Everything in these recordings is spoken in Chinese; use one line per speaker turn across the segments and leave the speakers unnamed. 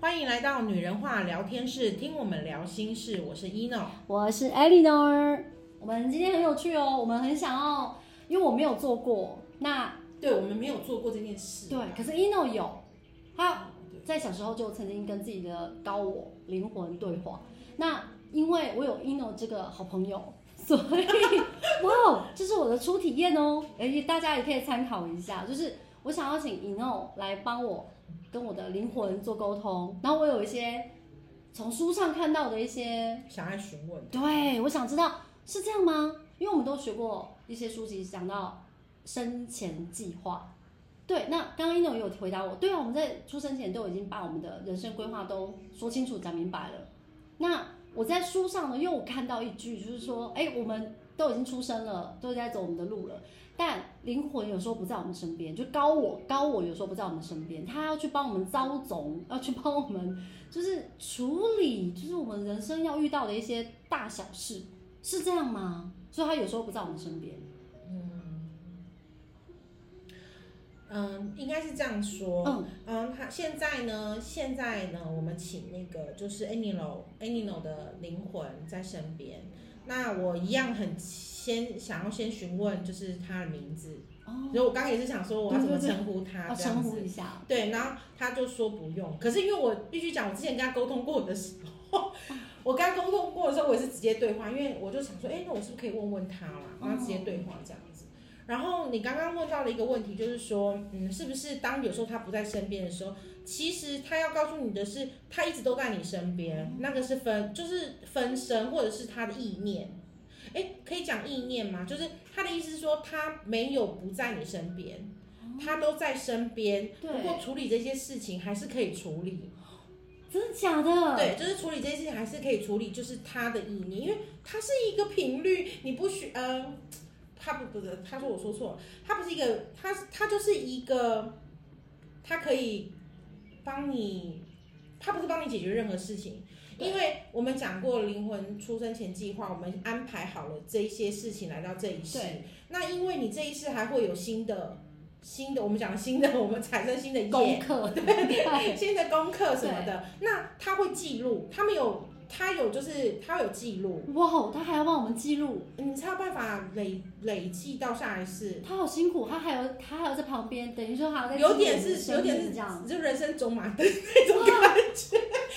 欢迎来到女人话聊天室，听我们聊心事。我是 ino，
我是 Eleanor。我们今天很有趣哦，我们很想要，因为我没有做过。那
对我们没有做过这件事。
啊
对，可是 Eno 有，他在小时候就曾经跟自己的高我灵魂对话。那因为我有 Eno 这个好朋友，所以哇哦，这是我的初体验哦，而且大家也可以参考一下。就是我想要请 Eno 来帮我跟我的灵魂做沟通，然后我有一些从书上看到的一些
想要询问，
对，我想知道是这样吗？因为我们都学过一些书籍讲到生前计划。对，那刚刚一诺也有回答我，对啊，我们在出生前都已经把我们的人生规划都说清楚、讲明白了。那我在书上呢又看到一句，就是说，哎，我们都已经出生了，都在走我们的路了，但灵魂有时候不在我们身边，就高我，高我有时候不在我们身边，他要去帮我们招总，要去帮我们就是处理，就是我们人生要遇到的一些大小事，是这样吗？所以他有时候不在我们身边。
嗯，应该是这样说。
嗯，
嗯，他现在呢？现在呢？我们请那个就是 Anino Anino 的灵魂在身边。那我一样很先想要先询问，就是他的名字。
哦，
所以我刚刚也是想说我要怎么称呼他
要
啊这样
称
子。
呼一下。
对，然后他就说不用。可是因为我必须讲，我之前跟他沟通过的时候，我跟他沟通过的时候，我也是直接对话，因为我就想说，哎，那我是不是可以问问他啦？然后直接对话这样子。然后你刚刚问到了一个问题，就是说，嗯，是不是当有时候他不在身边的时候，其实他要告诉你的是，他一直都在你身边，那个是分，就是分身或者是他的意念。哎，可以讲意念吗？就是他的意思是说，他没有不在你身边，他都在身边，不
对，
过处理这些事情还是可以处理，
真的假的？，
对，就是处理这些事情还是可以处理，就是他的意念，因为它是一个频率，你不需呃，他不不是，他说我说错了，他不是一个，他他就是一个，他可以帮你，他不是帮你解决任何事情。
对
因为我们讲过灵魂出生前计划，我们安排好了这一些事情来到这一世
对，
那因为你这一世还会有新的新的，我们讲新的，我们产生新的业，
功 课。对，
新的功课什么的，那他会记录，他们有他有就是他有记录，
哇，哦他还要帮我们记录，
你才有办法累累计到下一次。
他好辛苦，他还有他还要在旁边，等于说还要在
有点
记录我们
是
的生
有点
命
是
这样。
就人生走马灯那 种感觉，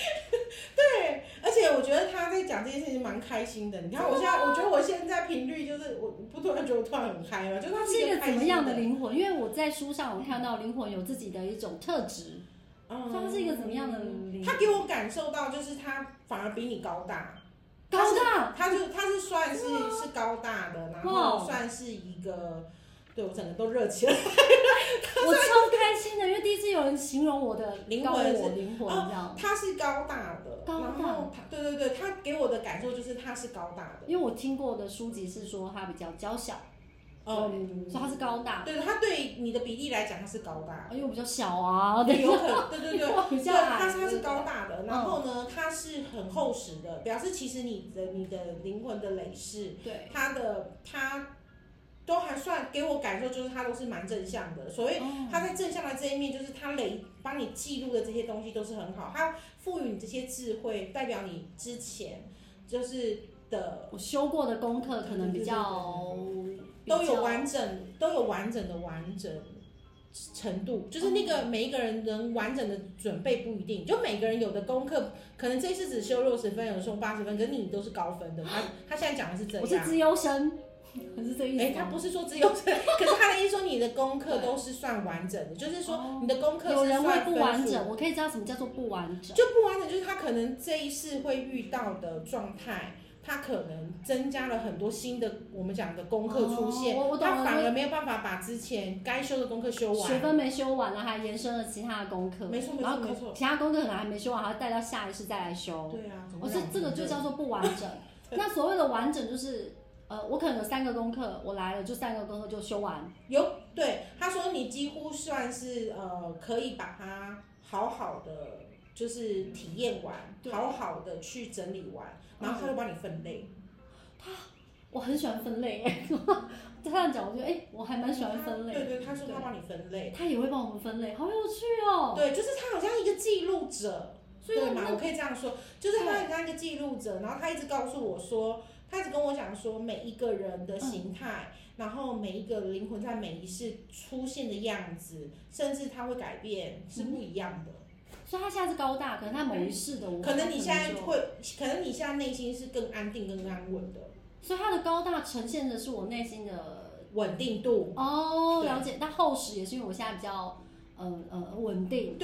对。而且我觉得他在讲这件事情蛮开心的。你看我现在，我觉得我现在频率就是我我不突然觉得我突然很嗨了，就是他
是一
个
个
开
怎
心
么样的灵魂？因为我在书上我看到灵魂有自己的一种特质，
嗯
所以他是一个怎么样的灵？
他给我感受到就是他反而比你高大。
高大，
他就他是算是是高大的，然后
哇
算是一个，对我整个都热起来。
我超开心的，因为第一次有人形容我的
灵
高
魂
我
是
灵魂
哦
这样，
他是高大的，
高大
然后他对对对，他给我的感受就是他是高大的。
因为我听过的书籍是说他比较娇小，
哦、
所以他是高大，
对他对你的比例来讲，他是高大
因为我比较小啊，
的，
对，
有可能对对 对。
我比
哎对，
较
他
矮，
他是高大的，
嗯
然后呢，他是很厚实的，表示其实你的你的灵魂的累世
对，
他的他都还算给我感受，就是他都是蛮正向的。所以
哦
他在正向的这一面，就是他累帮你记录的这些东西都是很好，他赋予你这些智慧，代表你之前就是的
我修过的功课可能比较
都有，
比
完整，都有完整的完整。程度就是那个每一个人能完整的准备不一定，就每个人有的功课可能这一次只修六十分，有时候八十分，可是你都是高分的。他他现在讲的是这
较
样，
我是资优生，我是这个意
哎、
思
他
吗。
不是说只有这，可是他的意思说你的功课都是算完整的，就是说
哦
你的功课
有
是
人
算
会
分
不完
数，
整，我可以知道什么叫做不完整。
就不完整就是他可能这一世会遇到的状态，他可能增加了很多新的我们讲的功课出现，
哦我我懂
他
了，
反
因
而
为
没有办法把之前该修的功课修
学
完。
分没修完了，还延伸了其他的功课，
没错没
然
错
后
没
可
错，
其他功课可能还没修完，还要带到下一次再来修。
对啊，怎么
我
会
是
让
哦这个
你
就
这
叫做不完整。那所谓的完整就是，呃，我可能有三个功课，我来了就三个功课就修完。
有对他说你几乎算是呃可以把它好好的就是体验完，
对嗯
好好的去整理完，然后他会帮你分类。
我很喜欢分类、 欸，这样讲我觉得，哎、我还蛮喜欢分类。
对对，他说他帮你分类。
他也会帮我们分类，好有趣哦、
对，就是他好像一个记录者，所以
对
对嘛
那，
我可以这样说，就是他
对
很像一个记录者，然后他一直告诉我说，他一直跟我讲说每一个人
嗯
的形态，然后每一个灵魂在每一世出现的样子，甚至它会改变，是
嗯
不一样的。
所以他现在是高大，可能他某一世的我，
可能你现在
就
会，可能你现在内心是更安定、更安稳的，
所以他的高大呈现的是我内心的
稳定度。
哦，
对
了解。但厚实也是因为我现在比较呃呃稳定，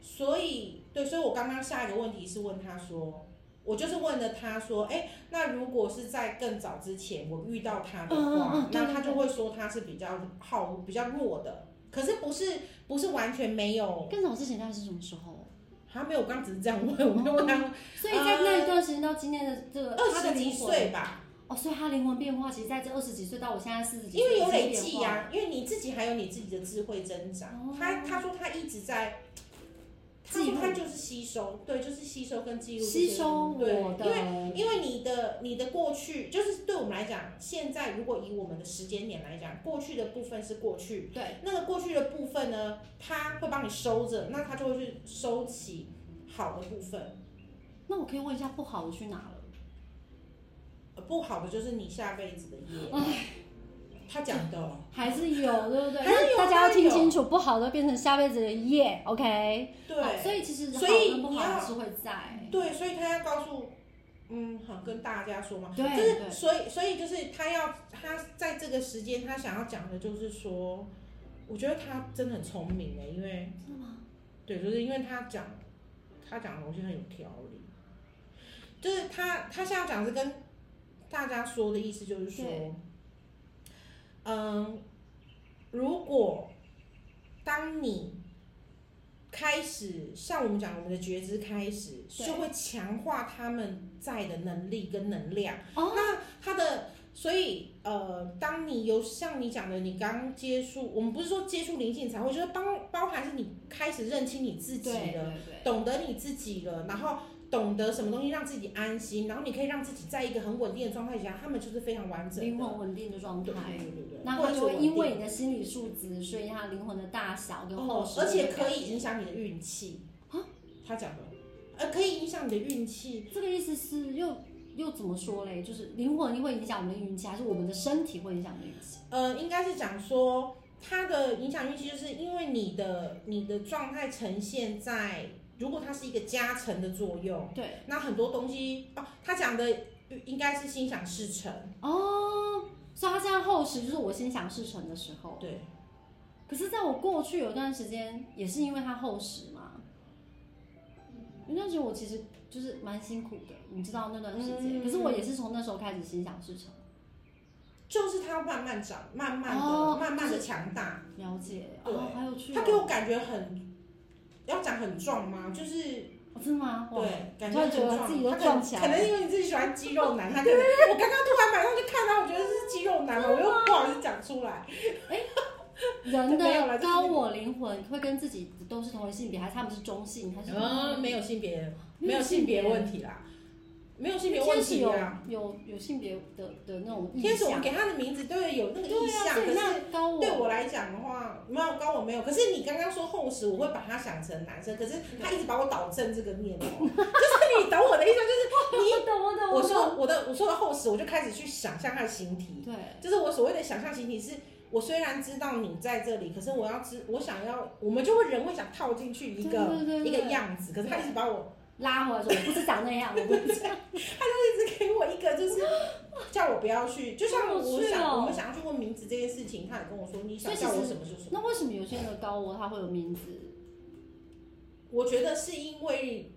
所以，对，所以我刚刚下一个问题是问他说，我就是问了他说，哎、那如果是在更早之前我遇到他的话，
嗯嗯嗯对
那他就会说他是比较好、比较弱的，可是不是不是完全没有，
更早之前大概是什么时候？
他没有，我刚只是这样问，我没有问他
所以在那一段时间到今天的这个
呃二
哦他
十
的
几
灵魂
岁吧，
哦，所以他灵魂变化，其实在这二十几岁到我现在四十几
因
岁，
为有累啊积
呀、
呀、因为你自己还有你自己的智慧增长。
哦
他他说他一直在。他
记
说
录
他就是吸收，对，就是吸收跟记录这些
吸收
对，
我
因为
的
因为你的你的过去，就是对我们来讲，现在如果以我们的时间点来讲，过去的部分是过去，
对，
那个过去的部分呢，它会帮你收着，那它就会去收起好的部分，
那我可以问一下，不好的去哪了？
呃不好的就是你下辈子的业。他讲的哦，
还是有，对不对？
还是
那
有
大家要听
还是有
清楚，不好的变成下辈子的业，OK？好
对
所以其实好
所以
跟不好
你要
还是会在，
对，所以他要告诉，嗯，好跟大家说嘛，
对
就是
对
所以所以就是他要他在这个时间，他想要讲的就是说，我觉得他真的很聪明哎，因为
真的吗？
对，就是因为他讲他讲的东西很有条理，就是他他现在讲是跟大家说的意思就是说
对，
嗯，如果当你开始像我们讲我们的觉知开始，
对
就会强化他们在的能力跟能量。
哦
那他的。所以，呃，当你有像你讲的，你刚接触，我们不是说接触灵性才会，就是包包含是你开始认清你自
对
己
对
了，
对，
懂得你自己了，然后懂得什么东西让自己安心，然后你可以让自己在一个很稳定的状态下，他们就是非常完整
灵
的。
魂稳定的状
对
态
对。对对对，
那
或
它
者是
就会
稳
因
定
为你的心理数值，所以它灵魂的大小跟厚
哦
实，
而
会
且
改变，
可以影响你的运气
啊。
他讲的，呃，可以影响你的运气。
这个意思是又又怎么说嘞？就是灵魂会影响我们的运气，还是我们的身体会影响我们的运气？
呃，应该是讲说它的影响运气，就是因为你的你的状态呈现在，如果它是一个加成的作用，
对
那很多东西哦，他讲的应该是心想事成，
哦，所以它现在厚实就是我心想事成的时候。
对，
可是，在我过去有一段时间，也是因为它厚实嘛。那段时间我其实就是蛮辛苦的，你知道那段时间。
嗯
可是我也是从那时候开始心想事成。
就是它慢慢长，慢慢的、
哦
慢慢
就
的
是
强大，
了解，
对
哦，好有趣、哦。
它给我感觉很。要讲很壮吗？就是
哦真的吗？哇，
对，感
突
觉
然
很
觉得自己都
壮。他可
壮
能
起来
可能因为你自己喜欢肌肉男， 他可能我刚刚突然马上就看到，我觉得是肌肉男嘛，
啊
我又不好意思讲出来。
人
没有啦
的
就是
高我灵魂会跟自己都是同一性别，还是他们是中性，还是什么
呃，没有性别，没有性别问题啦，没有性别问
天使
题
有
啊。
有有性别的的那种意
天使，我们
向。
给他的名字对有那个意
对啊，
向，
所以
可是
那高我
对我来讲的话，没有高我没有。可是你刚刚说厚实，我会把它想成男生，可是他一直把我导正这个 念头，就是你懂我的意思吗，就是你。
我懂我懂，
我
懂
说我的我说的厚实，我就开始去想象他的形体，
对，
就是我所谓的想象形体是。我虽然知道你在这里，可是我要知，我想要，我们就会人会想套进去一个
对对对对
一个样子，可是他一直把我
拉回来说我不是长那样，我不是这样。
一直给我一个 就是叫我不要去，就像
好有
我
趣
想、
哦
我们想要去问名字这件事情，他也跟我说你想
所以
叫
其实
我什么就什么。
那为什么有些人的高我他会有名字？
我觉得是因为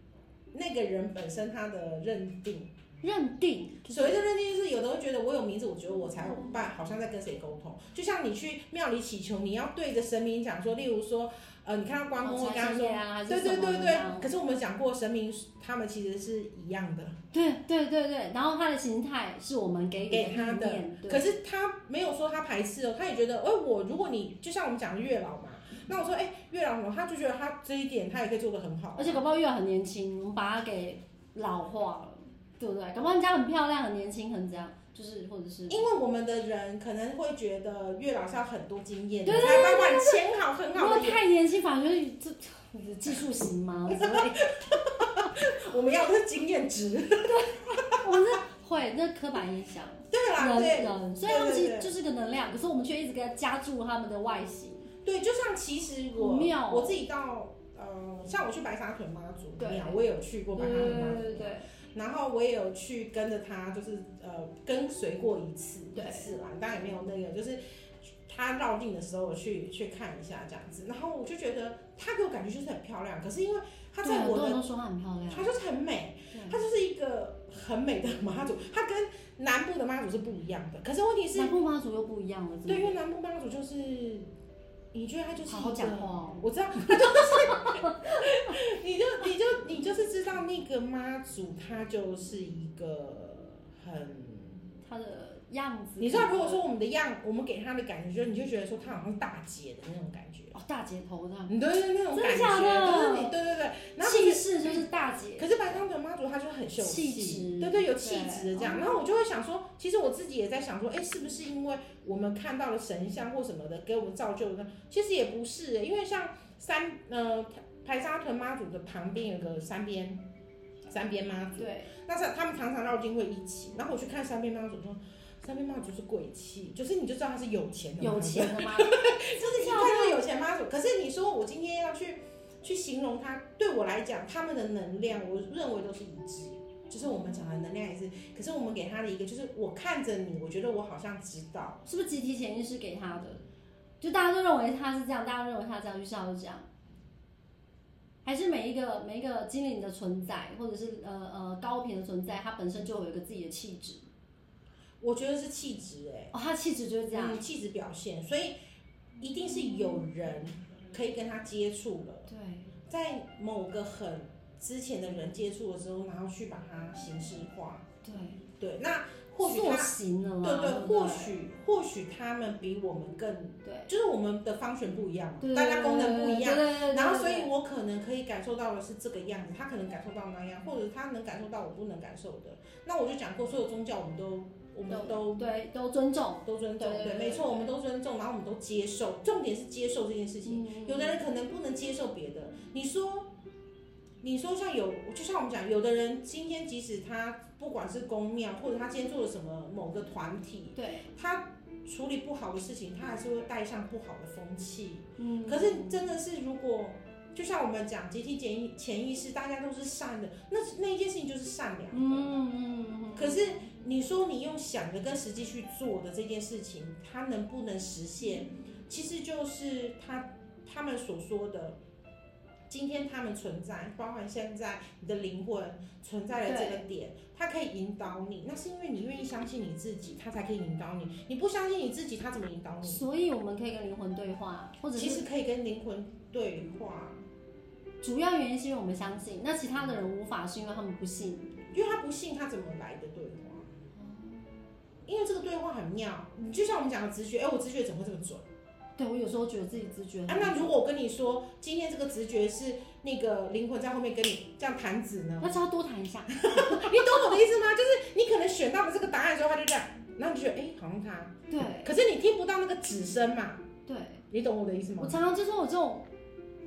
那个人本身他的认定，
认定
所谓的认定就是有的会觉得我有名字，我觉得我才有办，好像在跟谁沟通。就像你去庙里祈求，你要对着神明讲说，例如说，呃，你看到关公会跟他说，
啊，还是
对对
什么
对
这
对
样。
可是我们讲过，神明他们其实是一样的。
对对对对，然后他的形态是我们给予
给他的
意念，对
可是他没有说他排斥哦，他也觉得，哎、我如果你就像我们讲的月老嘛，那我说，哎、月老什么，他就觉得他这一点他也可以做得很好
而，且搞不好月很年轻，我们把它给老化了，对不对？搞不好人家很漂亮、很年轻、很怎样，就是或者是
因为我们的人可能会觉得月老是要很多经验的，
对对
才把你签好很
如
好
果
的。
太年轻，反而就是这你的技术型吗？之类的
我们要的是经验值。
我们是会那刻板印象，
对啦，
人
对
人，所以他们其
对
实
对
就是个能量，可是我们却一直给他加注他们的外形，
对，就像其实
好
我
妙哦
我自己到呃，像我去白沙屯妈祖
对
庙，我也有去过
对
白沙屯妈
对
祖
对
庙，
对
然后我也有去跟着他，就是呃跟随过一次
对
一次啦，当然也没有那个，就是他绕境的时候我去去看一下这样子，然后我就觉得他给我感觉就是很漂亮，可是因为他
对，
在
很
我
多人
的
都说她很漂亮，
她就是很美
对，
她就是一个很美的妈祖，她跟南部的妈祖是不一样的，可是问题是
南部妈祖又不一样了，真的
对，因为南部妈祖就是，你觉得他就是
好好
一个
讲话哦
我知道，他就是，你就你就你就是知道那个妈祖，她就是一个很，
她的样子，
你知道，如果说我们的样，我们给她的感觉，就是你就觉得说她好像大姐的那种感觉，
哦大姐头这样，
你对对那种
真的
感
假
觉，
的
就是你对对对，然后可是
气势就是大姐，
可是白沙屯妈祖她就很秀
气
气，
质
对对，有哦气质的这样。
对
然后我就会想说，其实我自己也在想说，哎，是不是因为我们看到了神像或什么的，给我们造就的？其实也不是、欸因为像三呃白沙屯妈祖的旁边有个三边。三边妈祖，
对，
那是他们常常绕境会一起。然后我去看三边妈祖，说三边妈祖是贵气，就是你就知道他是有钱的妈祖，
有钱的 妈 祖，
就是一看就是有钱妈祖。可是你说我今天要去去形容他，对我来讲，他们的能量，我认为都是一致。就是我们讲的能量也是，可是我们给他的一个就是，我看着你，我觉得我好像知道，
是不是集体潜意识给她的？就大家都认为她是这样，大家认为她这样，于是她就这样。还是每一个每一个精灵的存在，或者是呃呃高频的存在，它本身就有一个自己的气质
我觉得是气质哎、
哦，它气质就是这样。
嗯，气质表现，所以一定是有人可以跟他接触了，
对，
在某个很之前的人接触的时候，然后去把它形式化，
对，
对，那或许
塑
他，
形了
对
啦，
对，
不
或许或许他们比我们更
对
就是我们的方选不一样
对，
大家功能不一样，
对对对对
然后所
对
以我可能可以感受到的是这个样子，他可能感受到那样，或者他能感受到我不能感受的。那我就讲过，所有宗教我们都我们都
对都尊重，
都尊重，
对对
对，
对
没错，我们都尊重，然后我们都接受，重点是接受这件事情。
嗯，
有的人可能不能接受别的，你说。你说像有，就像我们讲，有的人今天即使他不管是公庙，或者他今天做了什么某个团体，
对，
他处理不好的事情，他还是会带上不好的风气。
嗯，
可是真的是，如果就像我们讲集体潜意潜意识，大家都是善的，那那一件事情就是善良的。
嗯嗯嗯，
可是你说你用想的跟实际去做的这件事情，它能不能实现？其实就是他他们所说的，今天他们存在，包含现在你的灵魂存在了这个点，它可以引导你，那是因为你愿意相信你自己，它才可以引导你。你不相信你自己，它怎么引导你？
所以我们可以跟灵魂对话，或者
其
是
实可以跟灵魂对话。
主要原因是因为我们相信，那其他的人无法是因为他们不信，
因为他不信，他怎么来的对话？因为这个对话很妙，你就像我们讲的直觉，哎、我直觉怎么会这么准？
对我有时候觉得自己直觉很
啊，那如果我跟你说，今天这个直觉是那个灵魂在后面跟你这样弹指呢？
那就要多谈一下，
你懂我的意思吗？就是你可能选到了这个答案之后，他就这样，然后你就觉得，哎、好像他，
对
可是你听不到那个指声嘛，
对，
你懂我的意思
我
吗？
常常就说我这种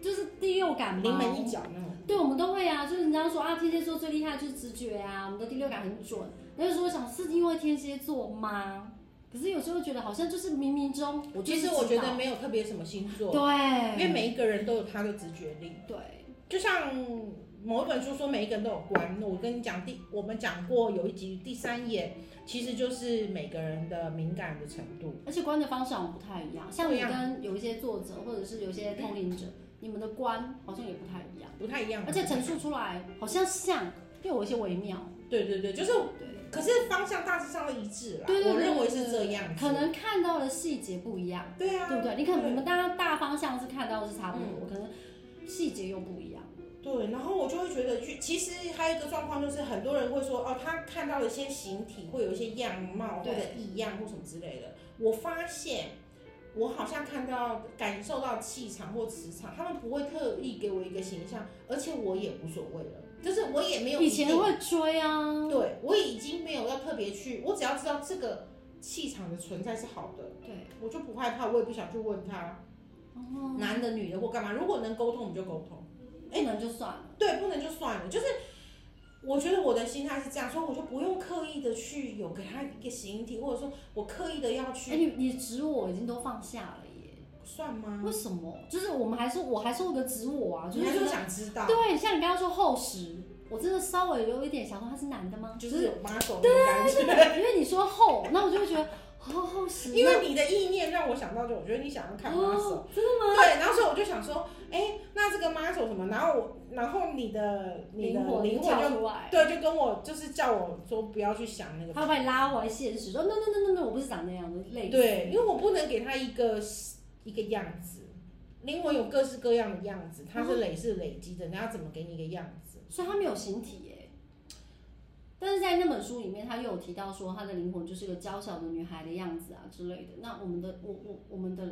就是第六感嘛，
临门一脚那种。
对，我们都会啊，就是人家说啊，天蝎座最厉害就是直觉啊，我们的第六感很准。那就是我想是因为天蝎座吗？可是有时候觉得好像就是冥冥中，我就
其
是
实我觉
知
得
道
没有特别什么星座，因为
对，
每一个人都有他的直觉力。
对，
就像某一本书说，每一个人都有关。我跟你讲，第我们讲过有一集第三眼，其实就是每个人的敏感的程度。
而且观的方向不太一样，像
不
你
一样
跟有一些作者或者是有一些通灵者，你们的观好像也不太一样，
不太一样，
而且陈述出来好像像又有一些微妙，
对对对，就是，
对
可是方向大致上都一致啦。
对对对
我认为
对对
是这样子。
可能看到的细节不一样，
对啊，
对不对？你可能
对嗯
我们大家大方向是看到的是差不多，可能细节又不一样。
对，然后我就会觉得，去其实还有一个状况就是，很多人会说，哦，他看到了一些形体，会有一些样貌或
对
者异样或什么之类的。我发现，我好像看到、感受到气场或磁场，他们不会特意给我一个形象，而且我也无所谓了，就是我也没有
以
一
前
定
会追啊，
对我已经没有要特别去，我只要知道这个气场的存在是好的，
对，
我就不害怕，我也不想去问他，
哦，
男哎的、女的或干嘛，如果能沟通，我们就沟通。
不能就算了，
对，不能就算了，就是我觉得我的心态是这样，所以我就不用刻意的去有给他一个形体，或者说我刻意的要
哎、
去
你你指我已经都放下了耶，
算吗？
为什么？就是我们还是我还是会有个指我啊，
嗯
就
你
是
还是
觉得
想知道，
对，像你刚刚说厚实，我真的稍微有一点想说他是男的吗？
就是有 muscle 的感觉。
因为你说厚， 那我就会觉得好厚实，
因为你的意念让我想到，就我觉得你想要
那
看 muscle，、
哦，真的吗？
对，然后所以我就想说，哎、那这个 muscle 什么？然后我，然后你的你的
灵魂
灵魂
跳
就
出来，
对，就跟我就是叫我说不要去想那个
他会把你拉回现实，说 no no no no no，我不是长那样的类似。
对，因为我不能给他一个一个样子，灵魂有各式各样的样子，它是累是累积的，那要怎么给你一个样子？
所以他没有形体耶。但是在那本书里面，他又有提到说，她的灵魂就是个娇小的女孩的样子啊之类的。那我们的，我我我们的，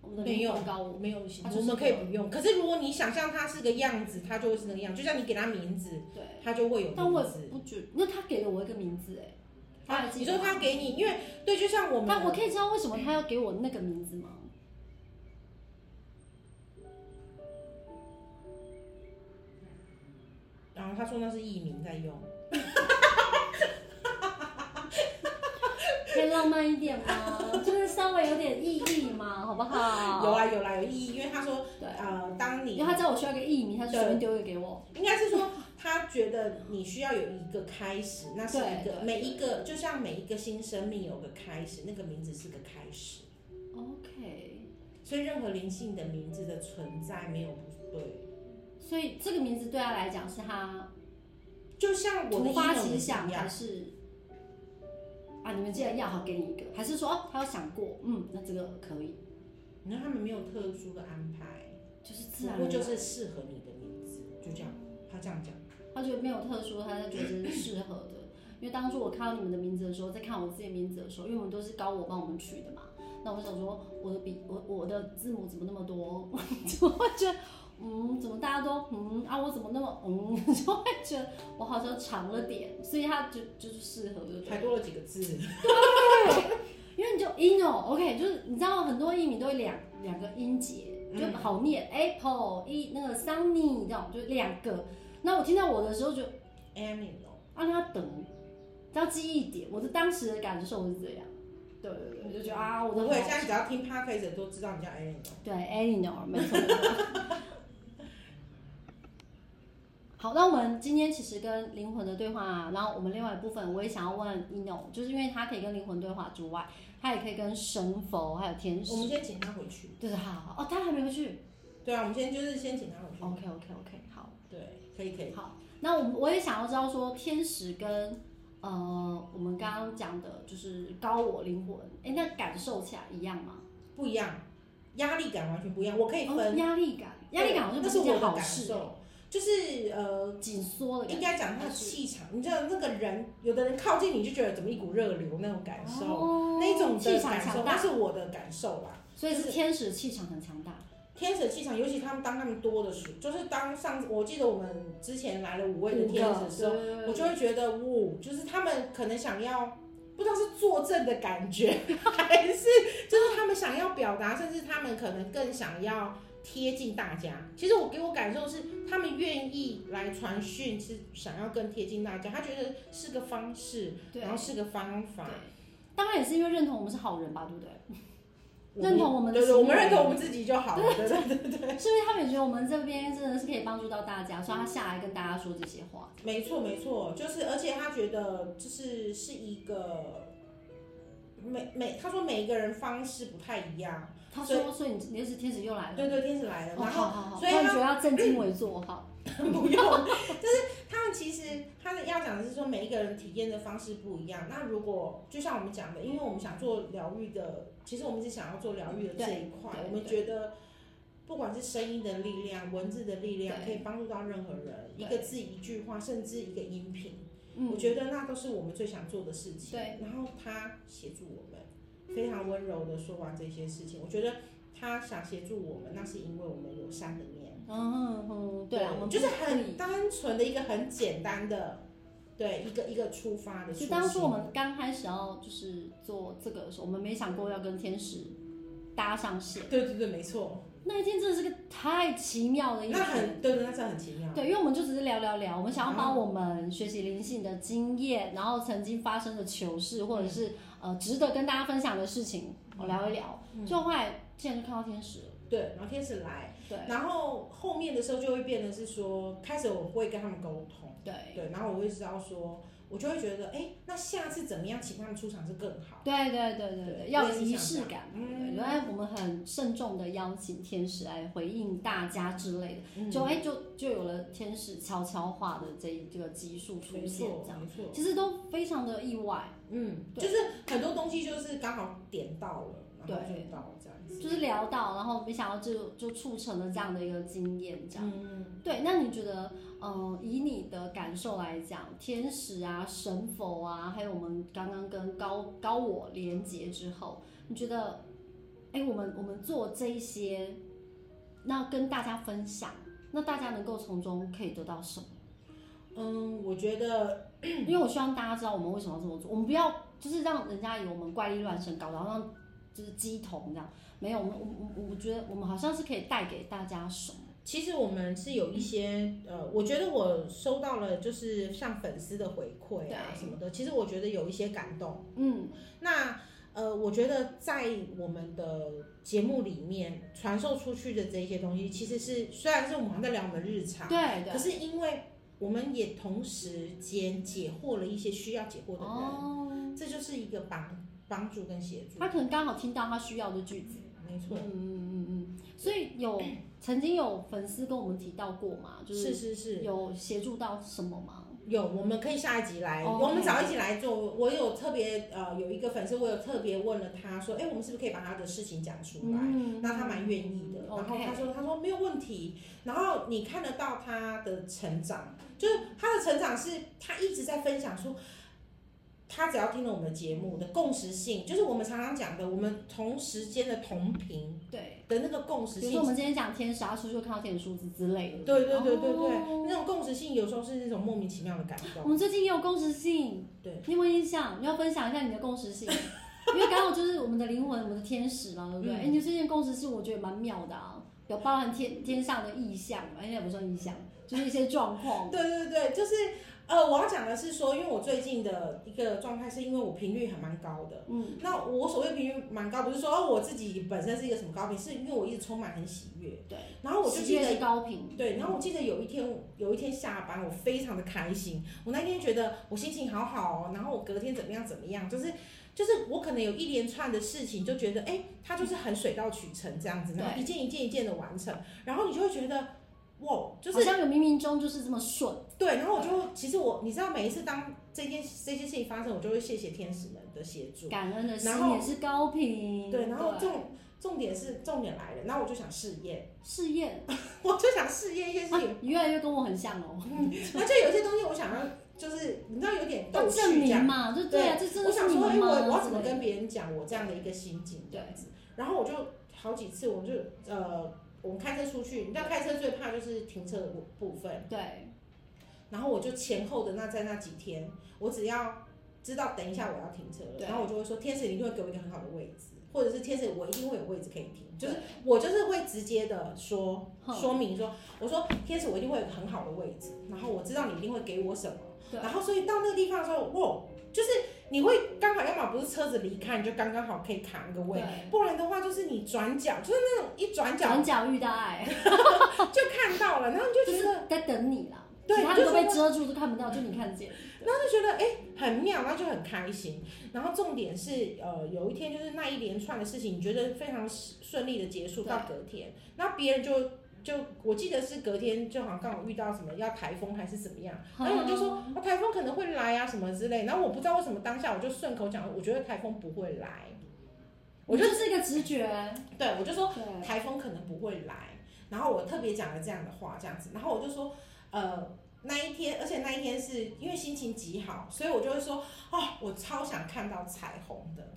我们的
没
灵
有
魂高我，
没有形
它，哦就是
我们
一个
可以不用。可是如果你想象它是个样子，它就会是那个样子，就像你给它名字，
对。
它就会有
但我
名
也
字。
不觉那他给了我一个名字哎，他还记
你
得
说
吗
它给你，因为对，就像我们，
但我可以知道为什么他要给我那个名字吗？
然后他说那是艺名在用，
哦可以浪漫一点吗？ 就是稍微有点意义嘛，好不好？
有，啊有啦有意义，因为他说
对，
呃，当你
因为他知道我需要一个艺名，他就随便丢一个给我。
应该是说，他觉得你需要有一个开始，那是一
对
个
对
每一个，就像每一个新生命有个开始，那个名字是个开始。
OK，
所以任何灵性的名字的存在没有不对，
所以这个名字对他来讲是他
就像我的
突发
英文
奇
名
想
一样
还，是啊？你们既然要好，给你一个，还是说哦，他有想过，嗯，那这个可以，
你看他们没有特殊的安排，
就是自
只
然
不
而
过
然，
就是适合你的名字，就这样。他这样讲，
他觉得没有特殊，他就觉得是适合的。因为当初我看到你们的名字的时候，在看我自己的名字的时候，因为我们都是高我帮我们取的嘛，那我想说我的笔，我我的字母怎么那么多？ 我就会觉得，嗯，怎么大家都嗯啊，我怎么那么嗯， 就会觉得我好像长了点，所以他就就是适合，就对了
还多了几个字，
因为你就 ino，OK，、就是你知道很多英语都会两两个音节，就
嗯
好念、apple 一那个 sunny 这种，就两个。那我听到我的时候就
哎，你哦，
啊，那要等，要记忆点。我的当时的感受是这样，对对对，我就觉得啊，我的
不会，现
好
在只要听 p o d c a s t 都知道你叫 Ellen 哦。
对 Eleanor 没错。没错好，那我们今天其实跟灵魂的对话、然后我们另外一部分我也想要问 Eno，就是因为他可以跟灵魂对话之外，他也可以跟神佛还有天使
我。们先请他回去。
对，好好好哦，他还没回去。
对啊，我们先就是先请他回去。
OK OK OK，好，
嗯对，可以可以。
好。那我我也想要知道说，天使跟呃，我们刚刚讲的就是高我灵魂，哎，那感受起来一样吗？
不一样，压力感完全不一样。我可以
哦
分，
压力感，压力感好像不
那是
一
我
件
的
好
感
事，
受，就是呃，
紧缩的
应
感觉。
该讲他的气场，你知道那个人，有的人靠近你就觉得怎么一股热流那种感受，
哦
那种
气
的
场
感受，啊
强
那
大，
是我的感受啦。
所以是天使气场很强大。
天使的气场，尤其他们当他们多的时候，就是当上次我记得我们之前来了五位的天使的时候，
对
我就会觉得，呜、就是他们可能想要，不知道是作证的感觉， 还是就是他们想要表达，甚至他们可能更想要贴近大家。其实我给我感受是，他们愿意来传讯，是想要更贴近大家。他觉得是个方式，
对
然后是个方法
对。当然也是因为认同我们是好人吧，对不对？
我们
认同我们的
对对，
行为
我们认同我们自己就好了。对对对，
是因为他们也觉得我们这边真的是可以帮助到大家，所以他下来跟大家说这些话。
没错没错，就是而且他觉得就是是一个。每每他说每一个人方式不太一样，
他说，所以你你是天使又来了。
对对，天使来了，
哦，
然后
好好好，
所以
那
他
你觉得要正襟危坐哈？
不用，就是他们其实他的要讲的是说每一个人体验的方式不一样。那如果就像我们讲的，因为我们想做疗愈的，其实我们是想要做疗愈的这一块
对，对
我们觉得。不管是声音的力量、文字的力量，
对
可以帮助到任何人，
对
一个字、一句话，甚至一个音频，我
嗯，
觉得那都是我们最想做的事情。
对，
然后他协助我们，非常温柔的说完这些事情。我觉得他想协助我们，那是因为我们有善的面。
嗯嗯，对啊，我们
就是
不可
很
以。
单纯的一个很简单的，对一个一个出发的初
其
心。
实当初我们刚开始要就是做这个的时候，我们没想过要跟天使搭上线。
对对对，没错，
那一天真的是个太奇妙的一
那
天。
很对对，那真的很奇妙。
对，因为我们就只是聊聊聊，我们想要把我们学习灵性的经验，然后曾经发生的糗事，或者是呃值得跟大家分享的事情，我聊一聊。就后来竟然就看到天使了，
对，然后天使来，
对
然后后面的时候就会变得是说，开始我不会跟他们沟通，
对
对，然后我会知道说，我就会觉得，哎，那下次怎么样请他们出场是更好？
对对对对对，
对
要
类
有
似
仪
像
式
这
感。
嗯
对，原来我们很慎重的邀请天使来回应大家之类的，
嗯
就哎就就有了天使悄悄话的这一这个集数出
没
现，
错
这，样
没错，
其实都非常的意外。
嗯，
对
就是很多东西就是刚好点到了，然后就到了这样子。
就是聊到，然后没想到就就促成了这样的一个经验，这样。
嗯，
对，那你觉得，呃，以你的感受来讲，天使啊、神佛啊，还有我们刚刚跟高高我连接之后，你觉得，哎，我们我们做这一些，那跟大家分享，那大家能够从中可以得到什么？
嗯，我觉得
因为我希望大家知道我们为什么要这么做，我们不要就是让人家以为我们怪力乱神搞，然后让就是鸡同这样。没有，我们我我我觉得我们好像是可以带给大家什么？
其实我们是有一些呃，我觉得我收到了就是像粉丝的回馈啊
对
什么的，其实我觉得有一些感动。
嗯，
那呃，我觉得在我们的节目里面传授出去的这些东西，其实是虽然是我们好像在聊我们的日常，
对
可
对。
是因为我们也同时间解惑了一些需要解惑的人，
哦，
这就是一个帮帮助跟协助。
他可能刚好听到他需要的句子。
没
嗯
错，
嗯嗯嗯。所以有曾经有粉丝跟我们提到过嘛，就是
是是，
有协助到什么吗？
有，我们可以下一集来，
哦
我们找一起来做。我有特别呃，有一个粉丝，我有特别问了他说，哎、我们是不是可以把他的事情讲出来？
嗯
那他蛮愿意的，然后
OK
他说他说没有问题，然后你看得到他的成长，就是他的成长是他一直在分享说，他只要听了我们的节目的共识性，就是我们常常讲的，我们同时间的同频
对，
的那个共识
比如说
性
我们今天讲天使，阿叔就看到天使数字之类的。
对对对对对，
哦
那种共识性有时候是那种莫名其妙的感
我
动。
们最近也有共识性，
对，
你有没有印象？你要分享一下你的共 识性，因为刚好就是我们的灵魂，我们的天使嘛，对不对？哎、
嗯
你最近共识性我觉得蛮妙的啊，有包含天天上的意象，哎，那也不算意象，就是一些 状况。
对对对，就是呃，我要讲的是说，因为我最近的一个状态是因为我频率还蛮高的。
嗯，
那我所谓频率蛮高，不是说哦我自己本身是一个什么高频，是因为我一直充满很喜悦。
对。
然后我就
喜
记
悦
得
是高频，
对，然后我记得有一天，有一天下班，我非常的开心。我那天觉得我心情好好哦，然后我隔天怎么样怎么样，就是就是我可能有一连串的事情，就觉得哎、它就是很水到渠成这样子，然后
对
一件一件一件的完成，然后你就会觉得哇，就
好
是
像有冥冥中就是这么顺。
对，然后我就其实我你知道，每一次当这件这些事情发生，我就会谢谢天使们的协助。
感恩的心
然后
也是高频。
对，然后重重点是重点来了，然后我就想试验，
试验、
我就想试验一些事
啊
情，，
你越来越跟我很像哦。
那就有一些东西我想要，就是你知道有点
要
逗
证
趣这
明
样。
嘛，就对啊，这
啊我
真的是
想
你
说，哎、
们
我
吗？
我要怎么
之类
跟
的
别人讲我这样的一个心境这样子？然后我就好几次，我就呃，我们开车出去，你知道开车最怕就是停车的部部分，
对
然后我就前后的那在那几天，我只要知道等一下我要停车了，
对
然后我就会说天使你一定会给我一个很好的位置，或者是天使我一定会有位置可以停，就是我就是会直接的说
哼
说明说，我说天使我一定会有很好的位置，然后我知道你一定会给我什么，
对
然后所以到那个地方的时候，哇，就是你会刚好，要么不是车子离开，你就刚刚好可以卡那个位，
对，
不然的话就是你转角，就是那种一转角
转角遇到爱。
就看到了，然后你就
就
觉
是
得，
在等你啦。
对
其他人
就
都
是
被
说
遮住，都看不到，就你看见。
然后就觉得哎、很妙，然后就很开心。然后重点是呃有一天就是那一连串的事情，你觉得非常顺利的结束
对
到隔天，那别人就。就我记得是隔天，就好像刚好遇到什么要台风还是怎么样，然后我就说
啊，
哦，台风可能会来啊什么之类。然后我不知道为什么当下我就顺口讲，我觉得台风不会来。我
我
就
就是一个直觉。
对我就说
对，
台风可能不会来，然后我特别讲了这样的话，这样子，然后我就说，呃，那一天，而且那一天是因为心情极好，所以我就会说，哦，我超想看到彩虹的。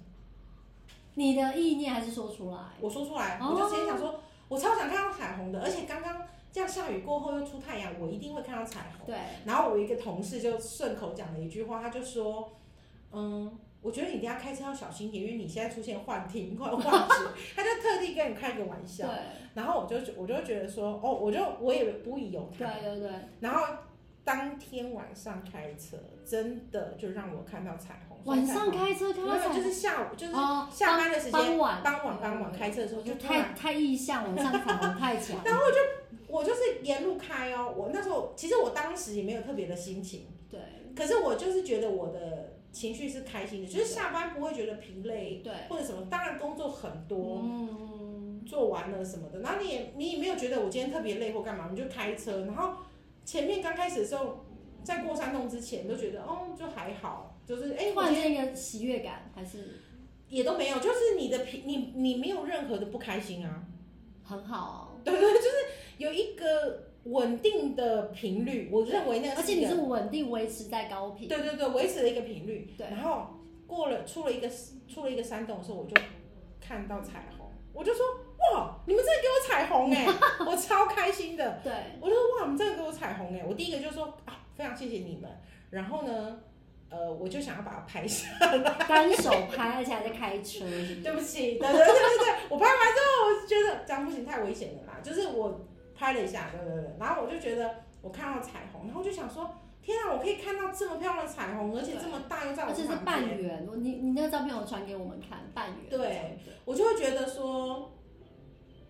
你的意念还是说出来。
我说出来，
哦
我就直接想说，我超想看到彩虹的，而且刚刚这样下雨过后又出太阳，我一定会看到彩虹。
对，
然后我一个同事就顺口讲了一句话，他就说，嗯，我觉得你等一下开车要小心一点，因为你现在出现幻听、幻 幻觉，他就特地跟你开个玩
对
笑，然后我就我就觉得说，哦，我就我也不疑有他，
对对对，
然后当天晚上开车，真的就让我看到彩虹。
晚上开车
没
看
有，
到彩
就
虹
是下午，就是
哦，
下班的时间，
傍晚
傍晚傍晚开车的时候
我
就
觉得
突然，
太太意象，晚上彩虹 太强，然后
我就是沿路开哦。我那时候其实我当时也没有特别的心情，
对
可是我就是觉得我的情绪是开心的，就是下班不会觉得疲累
对，
或者什么。当然工作很多，
嗯，
做完了什么的，然后你也你也没有觉得我今天特别累或干嘛，你就开车，然后前面刚开始的时候，在过山洞之前都觉得哦就还好，就是哎、
突
我
然
今天
间一个喜悦感还是
也都没有，就是你的平你你没有任何的不开心啊，
很好哦，
有一个稳定的频率，我认为那
而且
一
你
个
是稳定维持在高频，
对对对维持了一个频率，
对
然后过了出了一个出了一个山洞的时候，我就看到彩虹，我就说哇你们真的给我彩虹哎、我超开心的。
对
我就说哇，你真的给我彩虹哎！我第一个就说啊，非常谢谢你们。然后呢，呃，我就想要把它拍下。
单手拍，而且还在开车，是不
对
是？
不起，对对对对对，我拍完之后，我就觉得这样不行，太危险了啦。就是我拍了一下，对对对，然后我就觉得我看到彩虹，然后我就想说，天啊，我可以看到这么漂亮的彩虹，而且这么大又在我
而且是
旁
半
边，
圆，我你你那个照片我传给我们看，半圆，
对，我就会觉得说。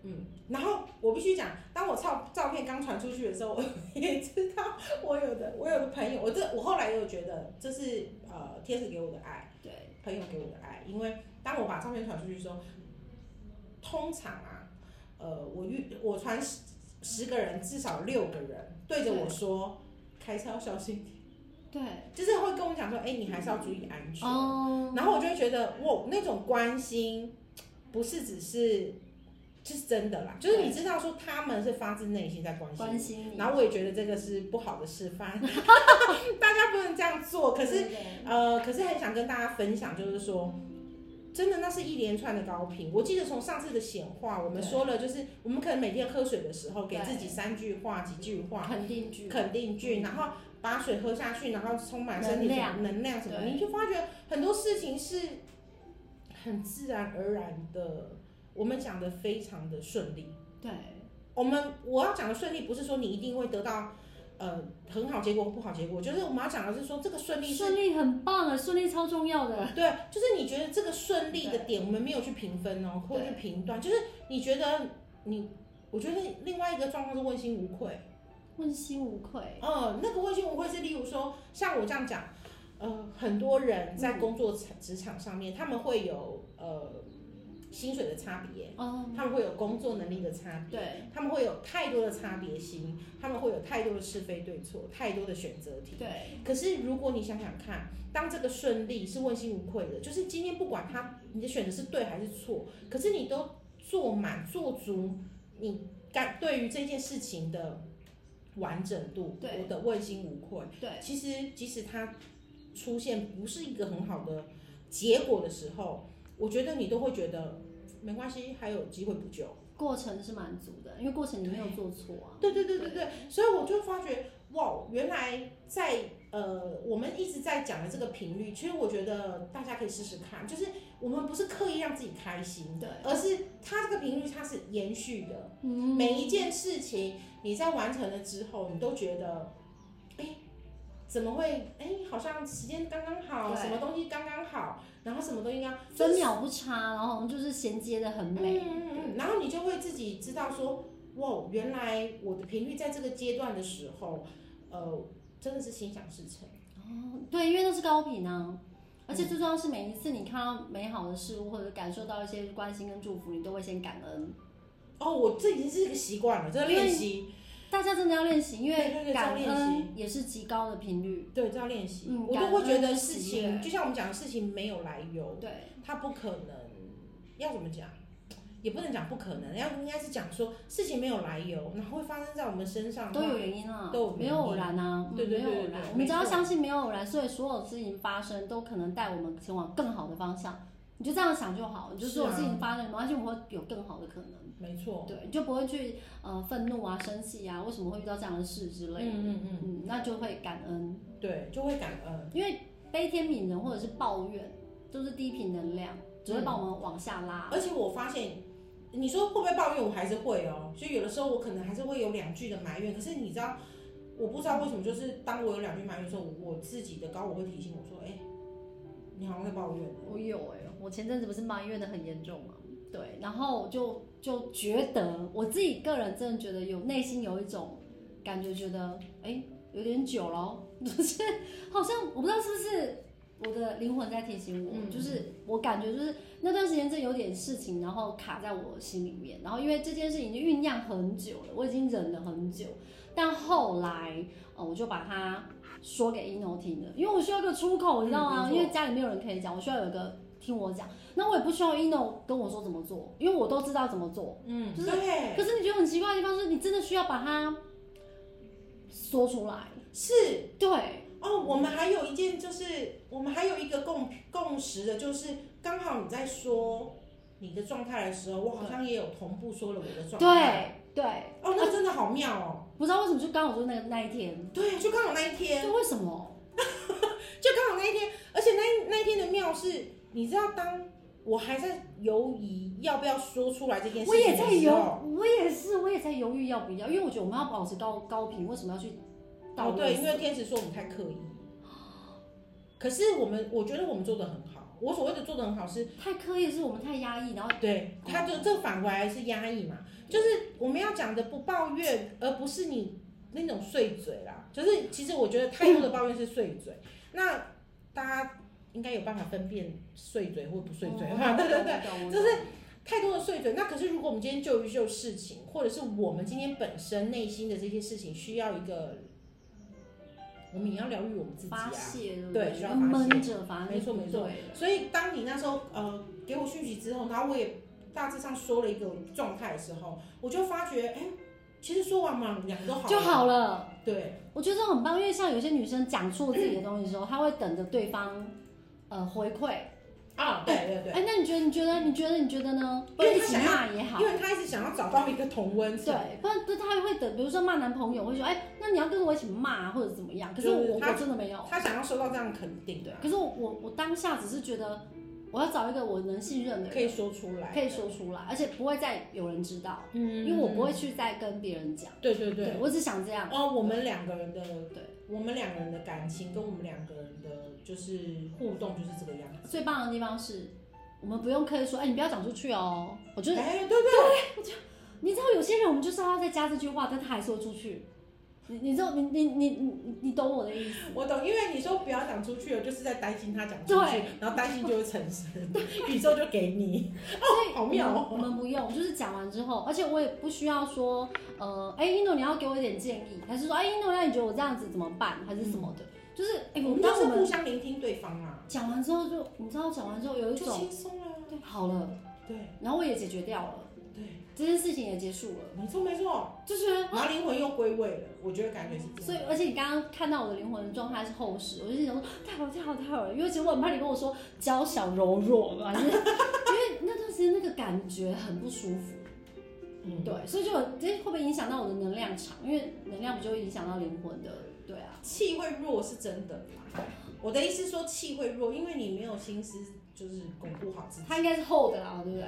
嗯，然后我必须讲，当我照照片刚传出去的时候，我 也知道我有的我有的朋友，我这我后来也有觉得这是呃天使给我的爱，
对，
朋友给我的爱，因为当我把照片传出去的时候，通常啊，呃，我遇我传十十个人，至少六个人对着我说，开车要小心点，
对，
就是会跟我讲说，哎、你还是要注意安全。
哦，
然后我就会觉得，哇，那种关心不是只是，就是真的啦，就是你知道说他们是发自内心在关心你
关心你，
然后我也觉得这个是不好的示 范， 大家不能这样做。可是，
对对
呃，可是很想跟大家分享，就是说，真的那是一连串的高频。我记得从上次的显化，我们
对
说了，就是我们可能每天喝水的时候，给
对
自己三句话、几句话
肯定句，
肯定句，然后把水喝下去，然后充满身体
嗯能
什
量
么能量什么，
对
你就发觉很多事情是很自然而然的，我们讲的非常的顺利。
对
我们我要讲的顺利，不是说你一定会得到呃很好结果或不好结果，就是我们要讲的是说这个顺利是
顺利很棒啊，顺利超重要的，
对，就是你觉得这个顺利的
对
点，我们没有去评分哦，或者去
对
评断，就是你觉得你，我觉得另外一个状况是问心无愧，
问心无愧，
嗯，那个问心无愧是例如说像我这样讲，呃，很多人在工作场职场上面，他们会有呃薪水的差别，
哦，
他们会有工作能力的差别，
对
他们会有太多的差别心，他们会有太多的是非对错，太多的选择题。
对
可是如果你想想看，当这个顺利是问心无愧的，就是今天不管他你的选择是对还是错，可是你都做满做足你该对于这件事情的完整度，
对
我的问心无愧。
对
其实即使它出现不是一个很好的结果的时候，我觉得你都会觉得没关系，还有机会补救。
过程是满足的，因为过程你没有做错啊，
对对对对对，所以我就发觉，哇，原来在呃，我们一直在讲的这个频率，其实我觉得大家可以试试看，就是我们不是刻意让自己开心，
对，
而是它这个频率它是延续的，
嗯
每一件事情你在完成了之后，你都觉得，哎，怎么会，哎，好像时间刚刚好，
对
什么东西刚刚好，然后什么东西刚刚
分秒不差，然后我们就是衔接的很美，
嗯嗯嗯，然后你就会自己知道说，哇，原来我的频率在这个阶段的时候，呃，真的是心想事成。
哦对，因为那是高频啊，而且最重要是每一次你看到美好的事物，或者感受到一些关心跟祝福，你都会先感恩。
哦，我这已经是一个习惯了，这个练习，
大家真的要练习，因
对对
为
对
感
这样练习
恩也是极高的频率。
对，这要练习。
嗯
我
感
都会觉
恩
得
跟
事
喜
情，
悦
就像我们讲的事情没有来由，
对，
它不可能，要怎么讲？也不能讲不可能，要应该是讲说事情没有来由，然后会发生在我们身上，
都有原因啊，
都有原因
没有偶然啊，嗯
对对对
没有偶
对对
然。
对
我们只要
没错
相信没有偶然，所以所有事情发生都可能带我们前往更好的方向。你就这样想就好，你就是所有
啊
事情发生，没关系，我们会有更好的可能。
没错。
对，你就不会去呃愤怒啊、生气啊，为什么会遇到这样的事之类的。
嗯嗯
嗯，那就会感恩。
嗯，对，就会感恩。
因为悲天悯人或者是抱怨，都是低频能量，只会把我们往下拉。
而且我发现，你说会不会抱怨？我还是会哦，就有的时候我可能还是会有两句的埋怨。可是你知道，我不知道为什么，就是当我有两句埋怨的时候，我自己的高我会提醒我说：“哎、你好像在抱怨。
我有哎、我前阵子不是埋怨的很严重嘛，对，然后我就就觉得我自己个人真的觉得有内心有一种感觉，觉得哎、有点久了哦， 就是好像我不知道是不是我的灵魂在提醒我，
嗯
就是我感觉就是那段时间真有点事情，然后卡在我心里面，然后因为这件事已经酝酿很久了，我已经忍了很久，但后来呃我就把它说给一诺听了，因为我需要一个出口，你知道
嗯
吗？
没错
因为家里没有人可以讲，我需要有一个听我讲，那我也不需要一诺跟我说怎么做，因为我都知道怎么做。”
嗯
就是
对，
可是你觉得很奇怪的地方是你真的需要把它说出来，
是
对，
哦，我们还有一件就是，我们还有一个共共识的，就是刚好你在说你的状态的时候，我好像也有同步说了我的状态。
对
对，
对，
哦，那真的好妙哦。
不知道为什么就刚好就那个那一天，
对，就刚好那一天，
就为什么？
就刚好那一天，而且那那一天的妙是，你知道，当我还在犹疑要不要说出来这件事
我也
情
在
的时
犹
候，，哦
我也是，我也在犹豫要不要，因为我觉得我们要保持高高频，为什么要去到
哦，
位
对，因为天使说我们太刻意。可是我们，我觉得我们做的很好。我所谓的做的很好是。
太刻意，是我们太压抑，然后
对，他就这反过来是压抑嘛，就是我们要讲的不抱怨，而不是你那种碎嘴啦。就是其实我觉得太多的抱怨是碎嘴，那大家应该有办法分辨碎嘴
哦
或不碎嘴哈。对对对，
对
就是太多的碎嘴。那可是如果我们今天就一就事情，或者是我们今天本身内心的这些事情，需要一个，我们也要疗愈我们自己
发
啊。
泄，对不
对
对？
需要
就
发泄
闷着，反正
没错没错
对
所以当你那时候呃给我讯息之后，然后我也大致上说了一个状态的时候，我就发觉，哎、其实说完嘛，两个都好
就好
了。
了。
对，
我觉得这很棒，因为像有些女生讲出自己的东西的时候，她会等着对方呃回馈。
啊，对对对，
哎，那你觉得？你觉得？你觉得？你觉得呢？
因为
一
她
起
想要
骂也好
因，为他一直想要找到一个同温层，
对，不然就她会等，比如说骂男朋友，会说，哎，那你要跟我一起骂或者怎么样？可是
就
我
是
我
她
真的没有，
他想要收到这样肯定的，
可是我我我当下只是觉得我要找一个我能信任的人，
可以说出来，
可以，说出来，而且不会再有人知道，
嗯
因为我不，会去再跟别人讲。
对对对。
我只想这样。
哦，我们两个人的，
嗯对，
我们两个人的感情跟我们两个人的，就是互动就是这个样子。
最棒的地方是我们不用刻意说，哎，你不要讲出去哦。我觉得
哎，对对
你知道有些人我们就是要再加这句话，但他还说出去。你你知道你你你你你懂我的意思？
我懂，因为你说不要讲出去了，就是在担心他讲出去
对，
然后担心就会成真， 宇宙就给你。哦，好妙
我
哦！
们不用，就是讲完之后，而且我也不需要说，呃，哎、一诺你要给我一点建议，还是说，哎、一诺那你觉得我这样子怎么办，还是什么的？就是，哎、
嗯我
我
们
当
都
我
是互
们
相聆听对方啊，
讲完之后就，你知道讲完之后有
就
一种
轻松啦。
对好了，
对
然后我也解决掉了，
对，
这件事情也结束了，
没错没错，
就觉得
然后灵魂又归位了，我觉得感觉是这
所以
样。，
而且你刚刚看到我的灵魂状态是厚实，我就心想说太好了，太好了，太好了。因为其实我很怕你跟我说娇小柔弱嘛，就是因为那段时间那个感觉很不舒服，
嗯，
对，所以就有这会不会影响到我的能量场？因为能量不就会影响到灵魂的，对啊，
气会弱是真的啦。我的意思说气会弱，因为你没有心思，就是巩固好自己。
它应该是厚的啦，对不对？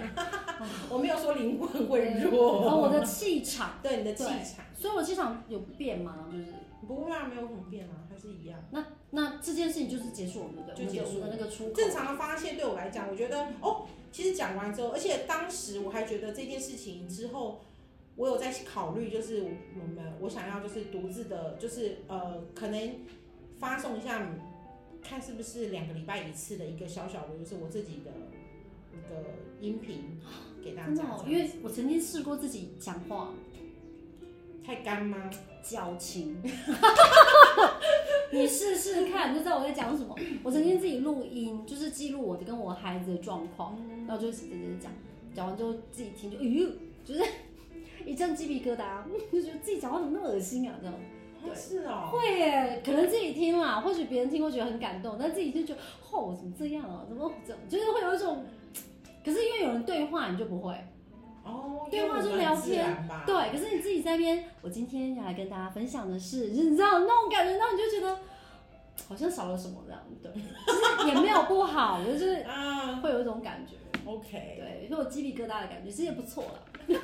我没有说灵魂会
然后
弱，
我的气场，
对你的气
对
场
所以我的气场有变吗？就是
不会啊，没有很变啊，还是一样。
那那这件事情就是结束了，对不对？
就结束
我们的我们的那个出口，
正常的发泄对我来讲，我觉得哦，其实讲完之后，而且当时我还觉得这件事情之后，我有在考虑，就是我们我想要就是独自的，就是呃，可能发送一下，看是不是两个礼拜一次的一个小小的，就是我自己的一个音频给大
真的
家。
哦，因为我曾经试过自己讲话
太干吗？
矫情。 你试试看，你就知道我在讲什么。我曾经自己录音，就是记录我的跟我孩子的状况，然后就直接讲，讲完之后自己听就，哎呦，就是 一阵鸡皮疙瘩， 就觉得自己讲话怎么那么恶心啊，这样。对
哦是哦，
会耶，可能自己听啦，或许别人听会觉得很感动，但自己就觉得，哦，怎么这样啊？怎么怎么，就是会有一种，可是因为有人对话，你就不会。
哦，
对
因为
话
我们
就聊
很自然吧，
对，可是你自己在那边，我今天要来跟大家分享的是，你知道那种感觉，然后你就觉得好像少了什么这样，对，就是也没有不好，就是
啊
会有一种感觉，
，OK，
对，有种鸡皮疙瘩的感觉，其实也不错了。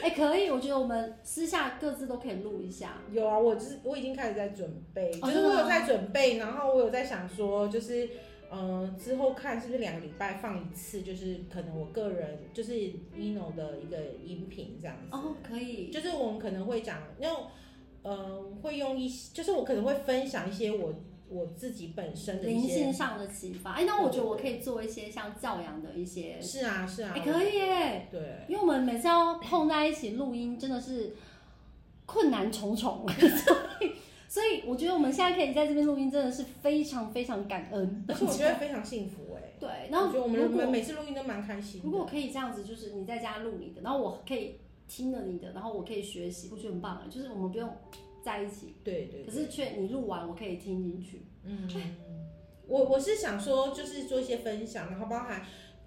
哎、可以，我觉得我们私下各自都可以录一下。
有啊，我就是我已经开始在准备，就
哦
是
真的
我有
吗
在准备，然后我有在想说，就是嗯、呃之后看是不是两个礼拜放一次，就是可能我个人就是 ino 的一个音频这样子。
哦，可以，
就是我们可能会讲，因为呃会用一些，就是我可能会分享一些我我自己本身的
灵
一
性
些，
上的启发。哎、那我觉得我可以做一些像教养的一些，
是啊是啊，
哎、可以耶、
对，
因为我们每次要碰在一起录音，真的是困难重重， 所以所以我觉得我们现在可以在这边录音，真的是非常非常感恩。
而且我觉得非常幸福哎、
对，然后
我觉得我们
如
我
果
们每次录音都蛮开心的，
如果可以这样子，就是你在家录你的，然后我可以听了你的，然后我可以学习，我觉得很棒啊。就是我们不用在一起，
对对
可
对，
是却你录完我可以听进去。
嗯，我我是想说就是做一些分享，然后包含。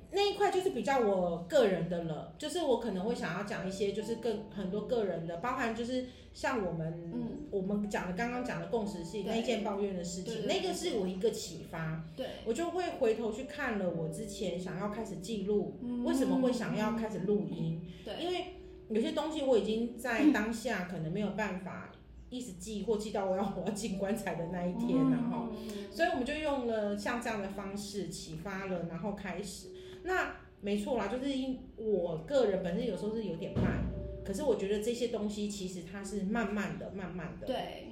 那一块就是比较我个人的了，就是我可能会想要讲一些，就是更很多个人的，包含就是像我们、
嗯
我们讲的刚刚讲的共识性
对
那一件抱怨的事情，
对对对
那个是我一个启发，
对，
我就会回头去看了我之前想要开始记录，
嗯
为什么会想要开始录音？
对
因为有些东西我已经在当下可能没有办法一直记，或记到我要我要进棺材的那一天啊，然后、
嗯
所以我们就用了像这样的方式启发了，然后开始。那没错啦，就是因我个人本身有时候是有点慢，可是我觉得这些东西其实它是慢慢的、慢慢的，
对，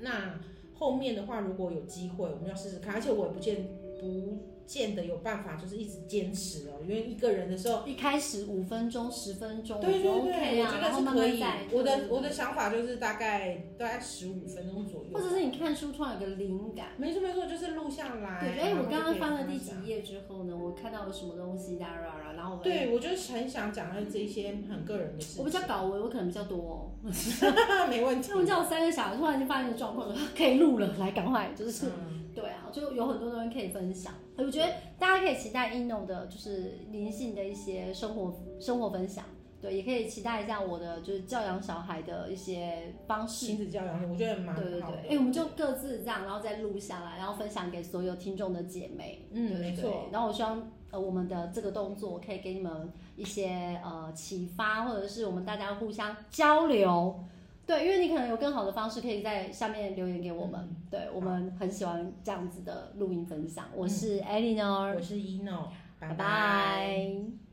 那后面的话，如果有机会，我们要试试看。而且我也不见不见得有办法，就是一直坚持哦，因为一个人的时候，
一开始五分钟、十分钟，
对对
我
对，
觉得 OK
我
啊，
觉
然
得
后
是
慢
可
慢
以。
再。
我
对
的我的想法就是大概大概十五分钟左右，
或者是你看书突然有个灵感，
没错没错，就是录下来。
对，哎、
然后就
我刚
可
刚
以
翻了
分
第
享
几页之后呢，我看到了什么东西，啦啦啦，然后我会，
对，我就是很想讲的这一些很个人的事情。
我比较搞维，我可能比较多、哦，
没问题
因。为叫我三个小时，突然间发现一个状况，可以录了，来赶快，就是、
嗯
对啊，就有很多东西可以分享。我觉得大家可以期待 ino 的，就是灵性的一些生活生活分享，对，也可以期待一下我的就是教养小孩的一些方式
亲。子教养，我觉得蛮好
对对对，
的。
哎、我们就各自这样，然后再录下来，然后分享给所有听众的姐妹。
嗯，
对
没错。。
然后我希望呃我们的这个动作可以给你们一些呃启发，或者是我们大家互相交流。对，因为你可能有更好的方式，可以在下面留言给我们。
嗯
对我们很喜欢
嗯
这样子的录音分享。我是 Eleanor，、
我是一 n o
拜拜